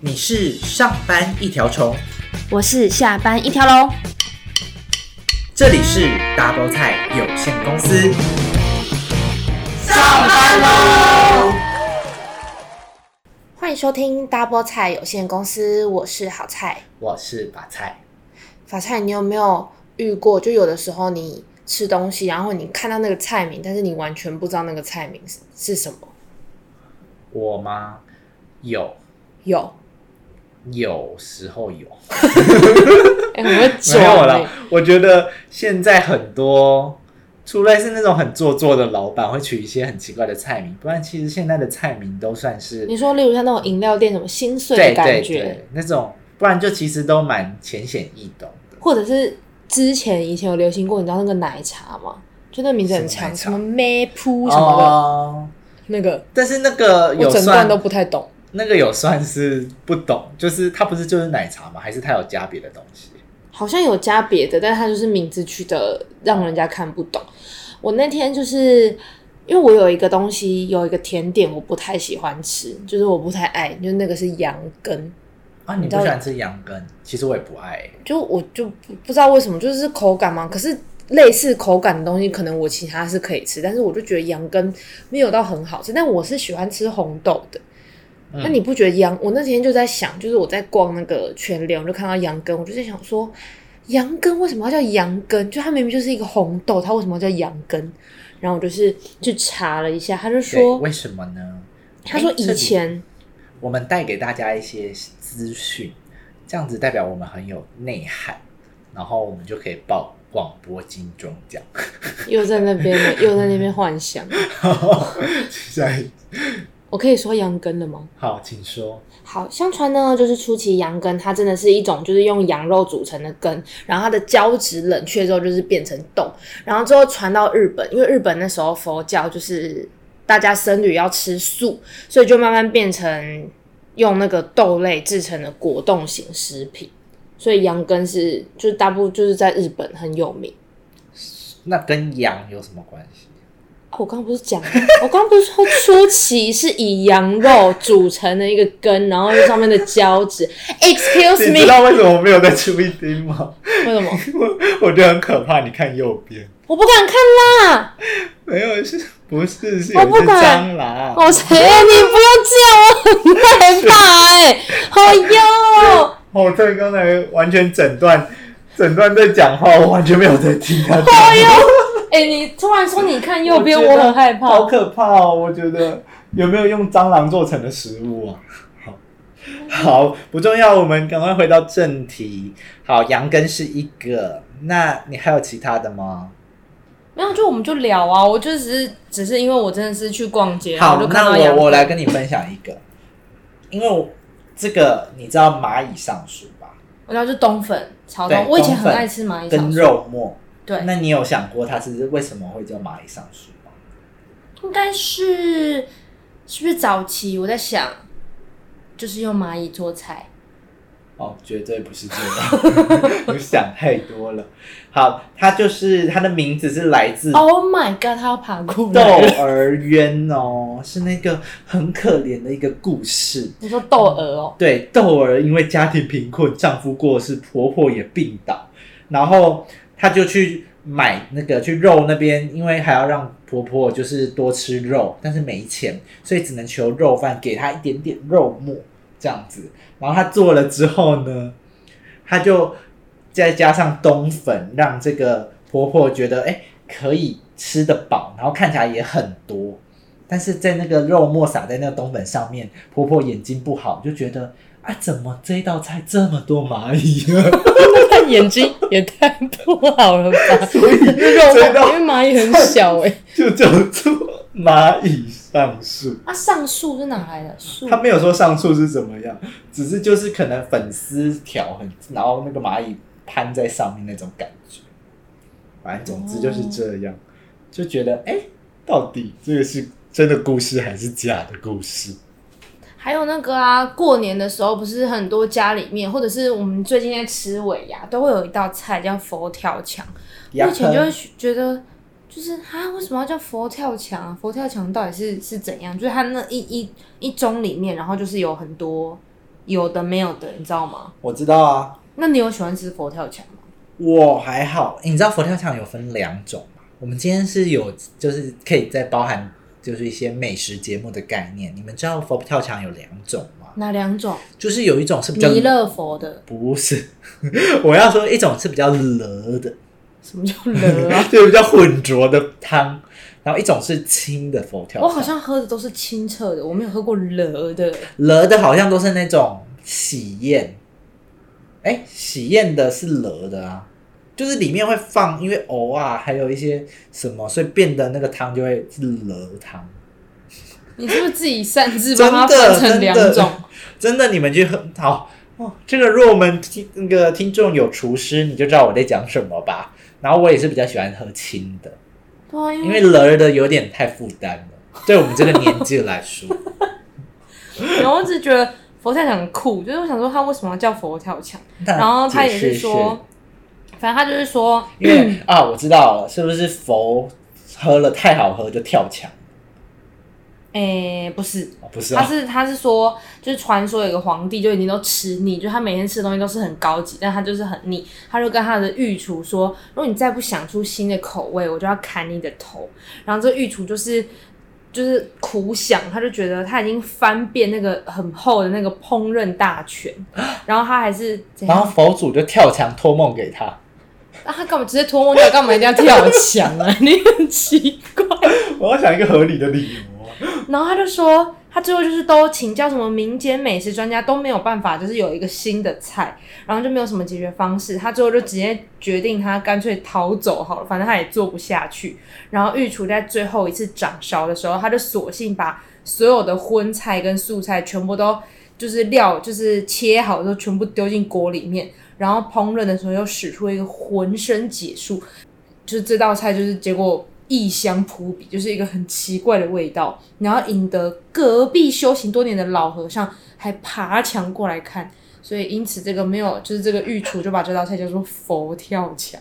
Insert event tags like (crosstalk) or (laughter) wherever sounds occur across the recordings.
你是上班一条虫，我是下班一条龙。这里是 Double 菜有限公司。欢迎收听 Double 菜有限公司，我是好菜。我是把菜，法菜，你有没有遇过？就有的时候你吃东西，然后你看到那个菜名，但是你完全不知道那个菜名是是什么？我吗？有，有，有时候有，哎、我会久没有了。我觉得现在很多，除非是那种很做作的老板会取一些很奇怪的菜名，不然其实现在的菜名都算是你说，例如像那种饮料店什么心碎对的感觉，对对那种，不然就其实都蛮浅显易懂的。或者是之前以前有流行过，你知道那个奶茶吗？就那名字很什么奶长，茶什么 Maple 什么的，哦，那个但是那个我有整算段都不太懂。那个有算是不懂，就是它不是就是奶茶吗？还是它有加别的东西？好像有加别的，但是它就是名字取的让人家看不懂。我那天就是因为我有一个东西，有一个甜点我不太喜欢吃，就是我不太爱，就那个是羊羹，啊，你哦不知道喜欢吃羊羹，其实我也不爱欸、就我就不不知道为什么，就是口感嘛。可是类似口感的东西，可能我其他是可以吃，但是我就觉得羊羹没有到很好吃。但我是喜欢吃红豆的。嗯那你不觉得羊？我那天就在想，就是我在逛那个全联，我就看到羊羹，我就在想说，羊羹为什么要叫羊羹？就它明明就是一个红豆，它为什么要叫羊羹？然后我就是去查了一下，他就对，说，为什么呢？他说哎这以里前我们带给大家一些资讯，这样子代表我们很有内涵，然后我们就可以报广播金钟奖。 (laughs) 又在那边了又在那边幻想。下一我可以说羊羹了吗？好，请说。好，相传呢，就是初期羊羹，它真的是一种就是用羊肉组成的羹，然后它的胶质冷却之后就是变成冻，然后之后传到日本，因为日本那时候佛教就是大家僧侣要吃素，所以就慢慢变成用那个豆类制成的果冻型食品，所以羊羹是就是大部就是在日本很有名。那跟羊有什么关系？啊我刚刚不是讲了，我刚刚不是说初期是以羊肉组成的一个羹，然后上面的胶质。Excuse 你 me，知道为什么我没有在注意听吗？ (laughs) (laughs) 为什么？我我觉得很可怕。你看右边，我不敢看啦！没有是不是是我有一不只敢蟑螂？我谁、你不要这样，我很害怕哎、好哟，哦，对，刚才完全整段整段在讲话，我完全没有在听啊 (laughs) 他讲话。哎、你突然说你看右边，觉我得很害怕。好可怕哦！我觉得有没有用蟑螂做成的食物啊？好，好，不重要，我们赶快回到正题。好，羊羹是一个，那你还有其他的吗？没有，就我们就聊啊，我就只是只是因为我真的是去逛街，然后好就，看那到我羊我来跟你分享一个，因为我这个你知道蚂蚁上树吧？然后就冬粉、炒冬对，我以前冬粉很爱吃蚂蚁跟小肉末，对，那你有想过它是为什么会叫蚂蚁上树吗？应该是是不是早期我在想，就是用蚂蚁做菜，哦，绝对不是这样，你想太多了。好，它就是它的名字是来自 Oh my god，它要爬窦过来了。儿冤哦，是那个很可怜的一个故事。你说窦娥哦，对，窦儿因为家庭贫困，丈夫过世，婆婆也病倒，然后她就去买那个去肉那边，因为还要让婆婆就是多吃肉，但是没钱，所以只能求肉贩给她一点点肉末这样子。然后她做了之后呢，她就再加上冬粉，让这个婆婆觉得哎、诶可以吃得饱，然后看起来也很多。但是在那个肉末撒在那个冬粉上面，婆婆眼睛不好，就觉得啊，怎么这道菜这么多蚂蚁啊？他眼睛也太不好了 (laughs) 吧？所以这道因为蚂蚁很小哎、 (laughs) 就叫做蚂蚁上树。 (laughs) 啊，上树是哪来的树他没有说上树是怎么样，只是就是可能粉丝条很，然后那个蚂蚁攀在上面那种感觉。反正总之就是这样，就觉得哎、到底这个是真的故事还是假的故事？还有那个啊，过年的时候不是很多家里面，或者是我们最近在吃尾牙，都会有一道菜叫佛跳墙。我以前就会觉得，就是啊，为什么要叫佛跳墙啊？佛跳墙到底是是怎样？就是它那一一一盅里面，然后就是有很多有的没有的，你知道吗？我知道啊，那你有喜欢吃佛跳墙吗？我还好。你知道佛跳墙有分两种吗？我们今天是有，就是可以再包含就是一些美食节目的概念。你们知道佛跳墙有两种吗？哪两种？就是有一种是比较弥勒佛的，不是， (laughs) 我要说一种是比较了的，？什么叫了啊 (laughs) 就是比较浑浊的汤，然后一种是清的佛跳我墙。好像喝的都是清澈的，我没有喝过了的。了的好像都是那种喜宴，哎，喜宴的是了的啊，就是里面会放，因为藕啊，还有一些什么，所以变得那个汤就会是了汤。你是不是自己擅自把真它的分成两真种的？ (laughs) 真的，你们去喝好哦。这个，如果我们听那个听众有厨师，你就知道我在讲什么吧。然后我也是比较喜欢喝清的，对啊，因因为为了的有点太负担了，对我们这个年纪来说。 (laughs) 然后我只是觉得佛跳墙很酷，就是我想说它为什么要叫佛跳墙，啊然后他也解是释说，反正他就是说，因为嗯啊，我知道了，是不是佛喝了太好喝就跳墙？诶、不是，哦不是他啊，是他是说，就是传说有个皇帝就已经都吃腻，就他每天吃的东西都是很高级，但他就是很腻。他就跟他的御厨说，如果你再不想出新的口味，我就要砍你的头。然后这御厨就是就是苦想，他就觉得他已经翻遍那个很厚的那个烹饪大全，然后他还是怎然后样？佛祖就跳墙托梦给他。那、他干嘛直接脱梦掉？干嘛一定要跳墙啊？你很奇怪。我要想一个合理的理由啊。然后他就说，他最后就是都请教什么民间美食专家都没有办法，就是有一个新的菜，然后就没有什么解决方式。他最后就直接决定，他干脆逃走好了，反正他也做不下去。然后御厨在最后一次掌勺的时候，他就索性把所有的荤菜跟素菜全部都就是料就是切好之后全部丢进锅里面，然后烹饪的时候又使出一个浑身解数，就是这道菜就是结果异香扑鼻，就是一个很奇怪的味道，然后引得隔壁修行多年的老和尚还爬墙过来看，所以因此这个没有就是这个御厨就把这道菜叫做佛跳墙，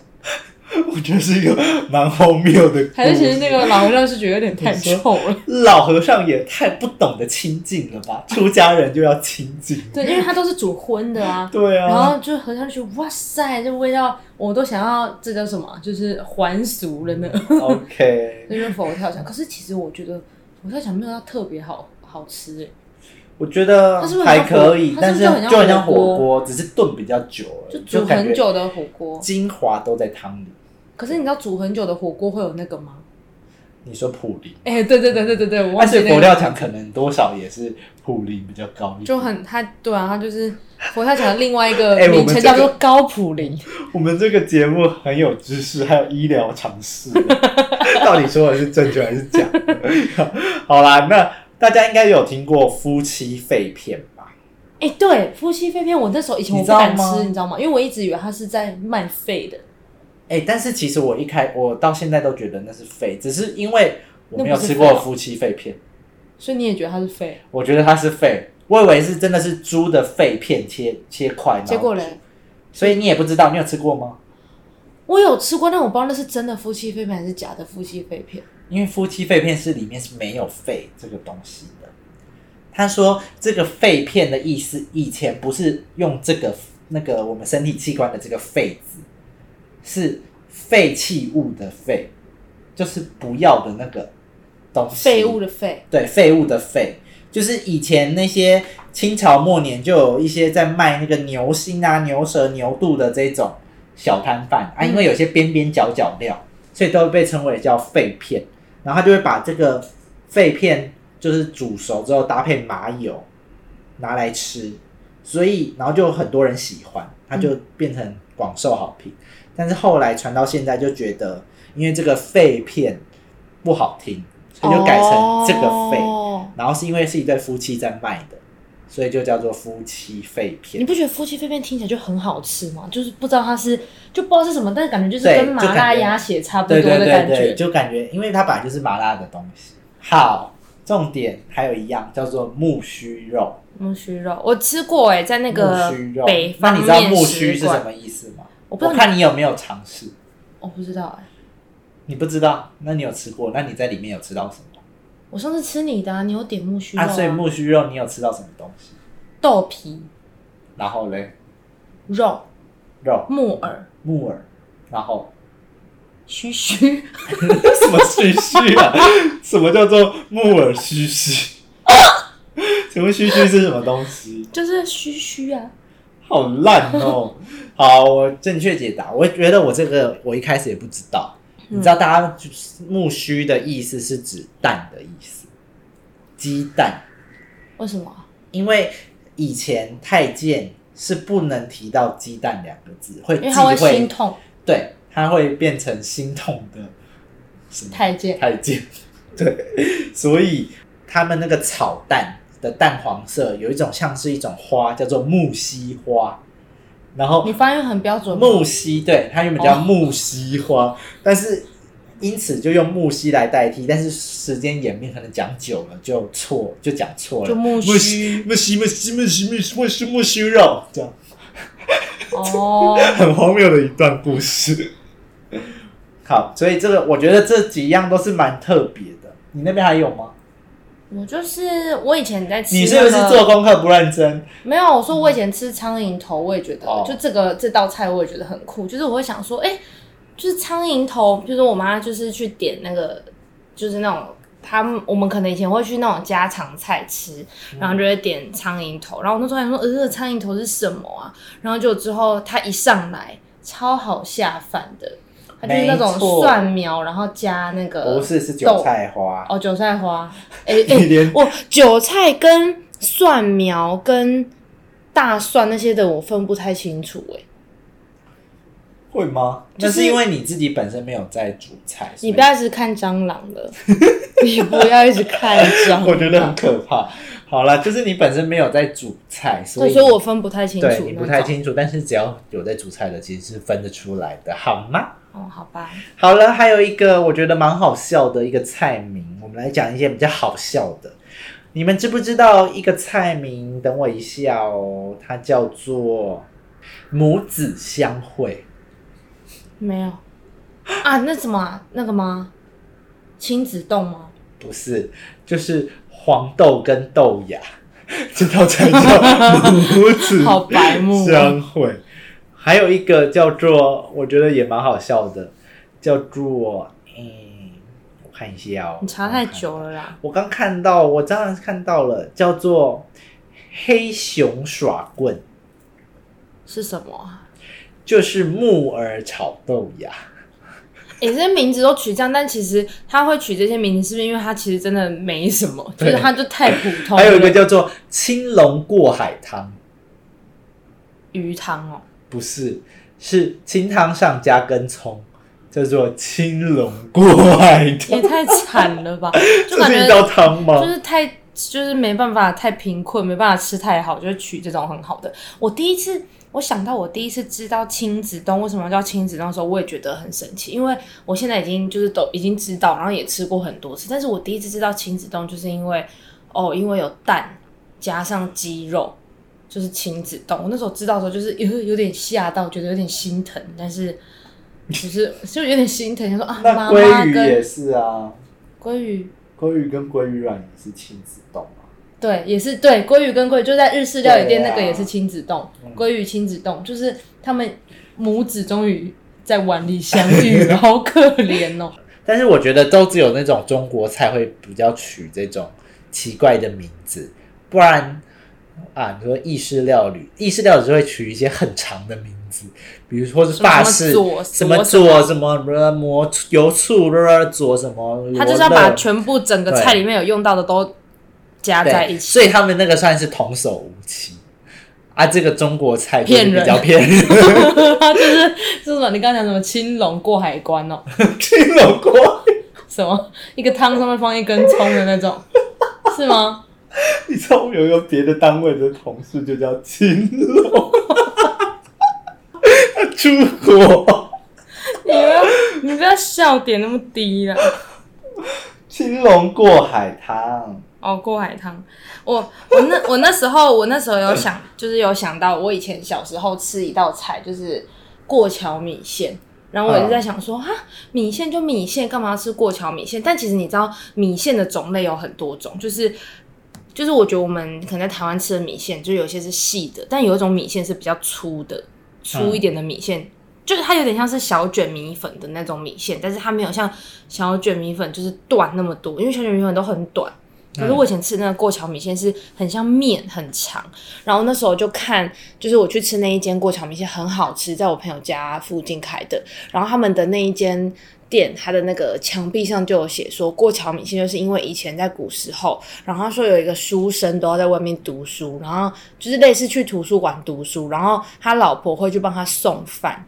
我觉得是一个蛮荒谬的故事。还是其实那个老和尚是觉得有点太臭了。老和尚也太不懂得清净了吧？出家人就要清净。对，因为他都是煮荤的啊，对啊，然后就和尚就觉得哇塞，这味道我都想要，这叫什么？就是还俗了呢。 OK，那就是佛跳墙，可是其实我觉得佛跳墙没有到特别好好吃欸诶、我觉得它是不是很还像火可以，它但是不是是就很像就很像火火锅锅，只是炖比较久而就已，煮感很觉久的火锅。精华都在汤里。可是你知道煮很久的火锅会有那个吗？你说普林，哎、对对对对对对，我忘但记是那哎佛个跳墙可能多少也是普林比较高一点。就很它对啊，它就是佛跳墙的另外一 (laughs) 个哎我们名称这叫个做高普林。我们这个节目很有知识，还有医疗常识， (laughs) 到底说的是正确还是假的？好啦，那大家应该有听过夫妻肺片吧？哎、对，夫妻肺片，我那时候以前你我不知道敢吗吃，你知道吗？因为我一直以为它是在卖肺的，哎、但是其实我一开我到现在都觉得那是肺，只是因为我没有那不吃是肺过哦夫妻肺片，所以你也觉得它是肺。啊我觉得它是肺，我以为是真的是猪的肺片切切块，然后 (laughs) 结果，嘞，所以你也不知道，你有吃过吗？我有吃过，但我不知道那是真的夫妻肺片还是假的夫妻肺片。因为夫妻肺片是里面是没有肺这个东西的。他说这个肺片的意思，以前不是用这个那个我们身体器官的这个肺字，是废弃物的废，就是不要的那个东西。废物的废，对废物的废，就是以前那些清朝末年就有一些在卖那个牛心啊、牛舌、牛肚的这种小摊贩啊，嗯因为有些边边角角料，所以都会被称为叫废片。然后他就会把这个废片就是煮熟之后搭配麻油拿来吃，所以然后就很多人喜欢，它就变成广受好评。但是后来传到现在，就觉得因为这个肺片不好听，所以就改成这个肺。哦然后是因为是一对夫妻在卖的，所以就叫做夫妻肺你片。不觉得夫妻肺片听起来就很好吃吗？就是不知道它是，就不知道是什么，但是感觉就是对跟麻就感辣觉鸭血差不多对对的对感觉。对，就感觉因为它本来就是麻辣的东西。好，重点还有一样叫做木须肉。木须肉，我吃过哎、在那个木须肉北，那方你知道面木须食是什馆，么意思吗？我不知我道你看你有没有尝试。我不知道哎、你不知道，那你有吃过？那你在里面有吃到什么？我上次吃你的、啊，你有点木须肉、啊，所以木须肉你有吃到什么东西？豆皮、然后嘞，肉、肉、木耳、木耳，然后须须， (laughs) 什么须须 (laughs) 啊？什么叫做木耳须须？ (laughs) 请问须须是什么东西？就是须须啊。好烂哦！好，我正确解答。我觉得我这个我一开始也不知道，你嗯知道，大家就是木须的意思是指蛋的意思，鸡蛋，为什么？因为以前太监是不能提到鸡蛋两个字，会因为忌它会心讳，痛。对，它会变成心痛的什么太监，太监， (laughs) 对，所以他们那个炒蛋的蛋黄色有一种像是一种花，叫做木樨花，然后你发音很标准吗。木樨，对，它原本叫木樨花，但是因此就用木樨来代替，但是时间演变可能讲久了就错，就讲错了，就木木樨须木樨木樨木樨木樨木樨木须肉，这样哦，很荒谬的一段故 (laughs) 事。好，所以这个我觉得这几样都是蛮特别的。你那边还有吗？我就是我以前在吃、你那是不个，是做功课不认真？没有，我说我以前吃苍蝇头，我也觉得、哦就这个这道菜我也觉得很酷，就是我会想说，哎、就是苍蝇头，就是我妈就是去点那个，就是那种他们我们可能以前会去那种家常菜吃，嗯然后就会点苍蝇头，然后我那时候还说，呃，这个苍蝇头是什么啊？然后就之后它一上来超好下饭的，它就是那没种错蒜苗，然后加那个不是，是韭豆菜花。哦，韭菜花，(laughs) 哎、欸、哎、你连 (laughs) 我韭菜跟蒜苗跟大蒜那些的，我分不太清楚哎、会吗？那就是是因为你自己本身没有在煮菜。你所以不要一直看蟑螂 (laughs) 了，你不要一直看蟑螂，我觉得很可怕。好了，就是你本身没有在煮菜，所对，以所以我分不太清楚那对种。你不太清楚，但是只要有在煮菜的，其实是分得出来的，好吗？哦，好吧，好了，还有一个我觉得蛮好笑的一个菜名，我们来讲一些比较好笑的。你们知不知道一个菜名？等我一下哦，它叫做母子相会。没有啊，那什么啊那个吗？亲子洞吗？不是，就是黄豆跟豆芽，这道菜叫母子好白目啊相会。还有一个叫做，我觉得也蛮好笑的，叫做嗯，我看一下哦，你查太久了啦，我刚看，我刚看到，我当然是看到了，叫做黑熊耍棍，是什么、啊？就是木耳炒豆芽。也、这些名字都取这样，但其实他会取这些名字，是不是因为他其实真的没什么，就是对他就太普通了。还有一个叫做青龙过海汤，鱼汤哦，不是，是清汤上加根葱，叫做青龙过海汤。也太惨了 (laughs) 吧！就这感是觉一道汤就吗？是太就是没办法太贫困，没办法吃太好，就取这种很好的。我第一次我想到我第一次知道亲子冻为什么叫亲子冻的时候，我也觉得很神奇，因为我现在已经就是都已经知道，然后也吃过很多次，但是我第一次知道亲子冻就是因为哦，因为有蛋加上鸡肉。就是亲子冻，我那时候知道的时候，就是有有点吓到，觉得有点心疼，但是就是 (laughs) 就有点心疼，想说啊，妈那妈鲑鱼也跟是啊，鲑鱼鲑鱼跟鲑鱼卵也是亲子冻啊。对，也是对，鲑鱼跟鲑鱼就在日式料理店对啊那个也是亲子冻嗯，鲑、鱼亲子冻，就是他们母子终于在碗里相遇，好可怜哦。但是我觉得都只有那种中国菜会比较取这种奇怪的名字，不然啊，你说意式料理，意式料理就会取一些很长的名字，比如说是法式什么什什么么佐佐什么呃磨油醋呃佐什么罗勒，他就是要把全部整个对菜里面有用到的都加在对，一起。所以他们那个算是童叟无欺啊。这个中国菜就是骗人比较骗人， (laughs) (laughs) 就是就是什么，你刚才讲什么青龙过海关哦，青龙锅，什么一个汤上面放一根葱的那种，是吗？你知道我有一个别的单位的同事就叫青龙， (laughs) 他出国。你不要你不要笑点那么低啦。青龙过海棠，哦，过海汤。我我那我那时候我那时候有想，就是有想到我以前小时候吃一道菜，就是过桥米线。然后我也是在想说，哈、啊米线就米线，干嘛要吃过桥米线？但其实你知道，米线的种类有很多种，就是就是我觉得我们可能在台湾吃的米线，就有些是细的，但有一种米线是比较粗的，粗一点的米线。就是它有点像是小卷米粉的那种米线，但是它没有像小卷米粉就是短那么多，因为小卷米粉都很短。可是我以前吃那个过桥米线是很像面，很长。然后那时候就看，就是我去吃那一间过桥米线很好吃，在我朋友家附近开的。然后他们的那一间店，它的那个墙壁上就有写说，过桥米线就是因为以前在古时候，然后他说有一个书生都要在外面读书，然后就是类似去图书馆读书，然后他老婆会去帮他送饭。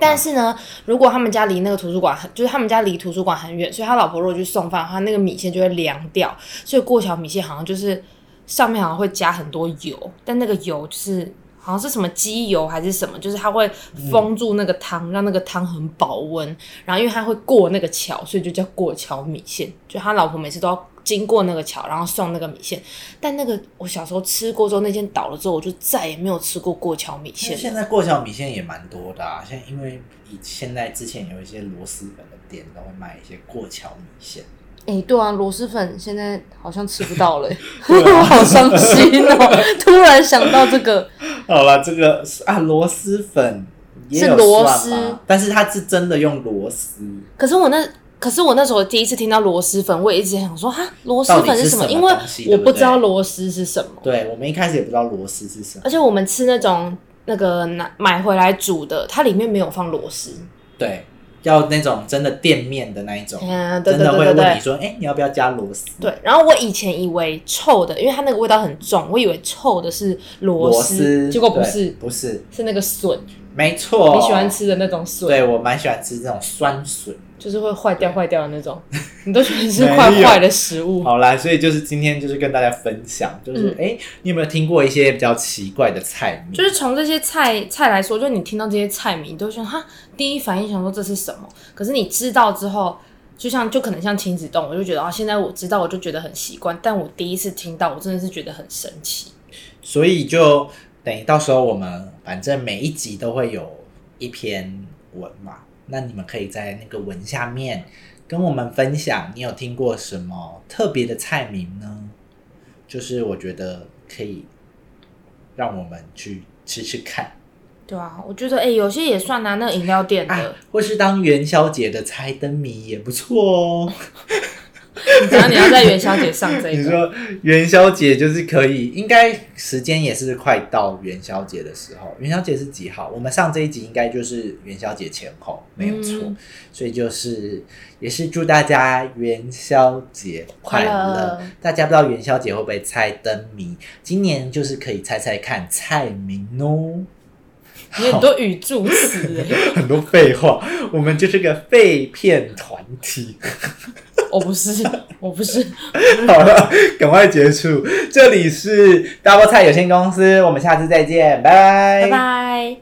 但是呢，如果他们家离那个图书馆很，就是他们家离图书馆很远，所以他老婆如果去送饭的话，那个米线就会凉掉。所以过桥米线好像就是上面好像会加很多油，但那个油就是好像是什么鸡油还是什么，就是它会封住那个汤，让那个汤很保温。然后因为它会过那个桥，所以就叫过桥米线。就他老婆每次都要经过那个桥，然后送那个米线。但那个我小时候吃过之后，那间倒了之后，我就再也没有吃过过桥米现线现了。在过桥米线也蛮多的、啊，现在因为以现在之前有一些螺蛳粉的店都会卖一些过桥米线，哎、对啊，螺蛳粉现在好像吃不到了、欸， (laughs) 对啊我 (laughs) 好伤心哦、突然想到这个，好了，这个是啊，螺蛳粉也有是螺蒜吗丝，但是它是真的用螺丝，可是我那。可是我那时候第一次听到螺蛳粉，我也一直想说哈，螺蛳粉是什么？到底是什么因为东西我对不对不知道螺丝是什么。对我们一开始也不知道螺丝是什么，而且我们吃那种那个拿买回来煮的，它里面没有放螺丝。对，要那种真的店面的那一种，嗯，对真对的对会对问你对。说，哎、你要不要加螺丝？对，然后我以前以为臭的，因为它那个味道很重，我以为臭的是螺螺丝，丝，结果不对是，不是，是那个笋。没错，你喜欢？吃的那种笋，对我蛮喜欢吃这种酸笋。就是会坏掉坏掉的那种。 (laughs) 你都喜欢吃坏坏的食物，好啦，所以就是今天就是跟大家分享，就是嗯哎、诶你有没有听过一些比较奇怪的菜名？就是从这些菜菜来说，就你听到这些菜名，你都会想哈，第一反应想说这是什么？可是你知道之后，就像就可能像亲子冻，我就觉得啊，现在我知道，我就觉得很习惯。但我第一次听到，我真的是觉得很神奇。所以就等于到时候我们反正每一集都会有一篇文嘛，那你们可以在那个文下面跟我们分享，你有听过什么特别的菜名呢？就是我觉得可以让我们去吃吃看对啊，我觉得哎、有些也算拿、那个饮料店的，啊，或是当元宵节的猜灯谜也不错哦。你只要你要在元宵节上这 (laughs) 你一个，说元宵节就是可以，应该时间也是快到元宵节的时候。元宵节是几号？我们上这一集应该就是元宵节前后，没有错。嗯所以就是也是祝大家元宵节快快乐乐！大家不知道元宵节会不会猜灯谜？今年就是可以猜猜看菜名哦。你很多语助词、哎很多废话，我们就是个废片团体。我不是，我不是，好了， (laughs) 赶快结束。这里是大波菜有限公司，我们下次再见，拜拜， (laughs) 拜拜。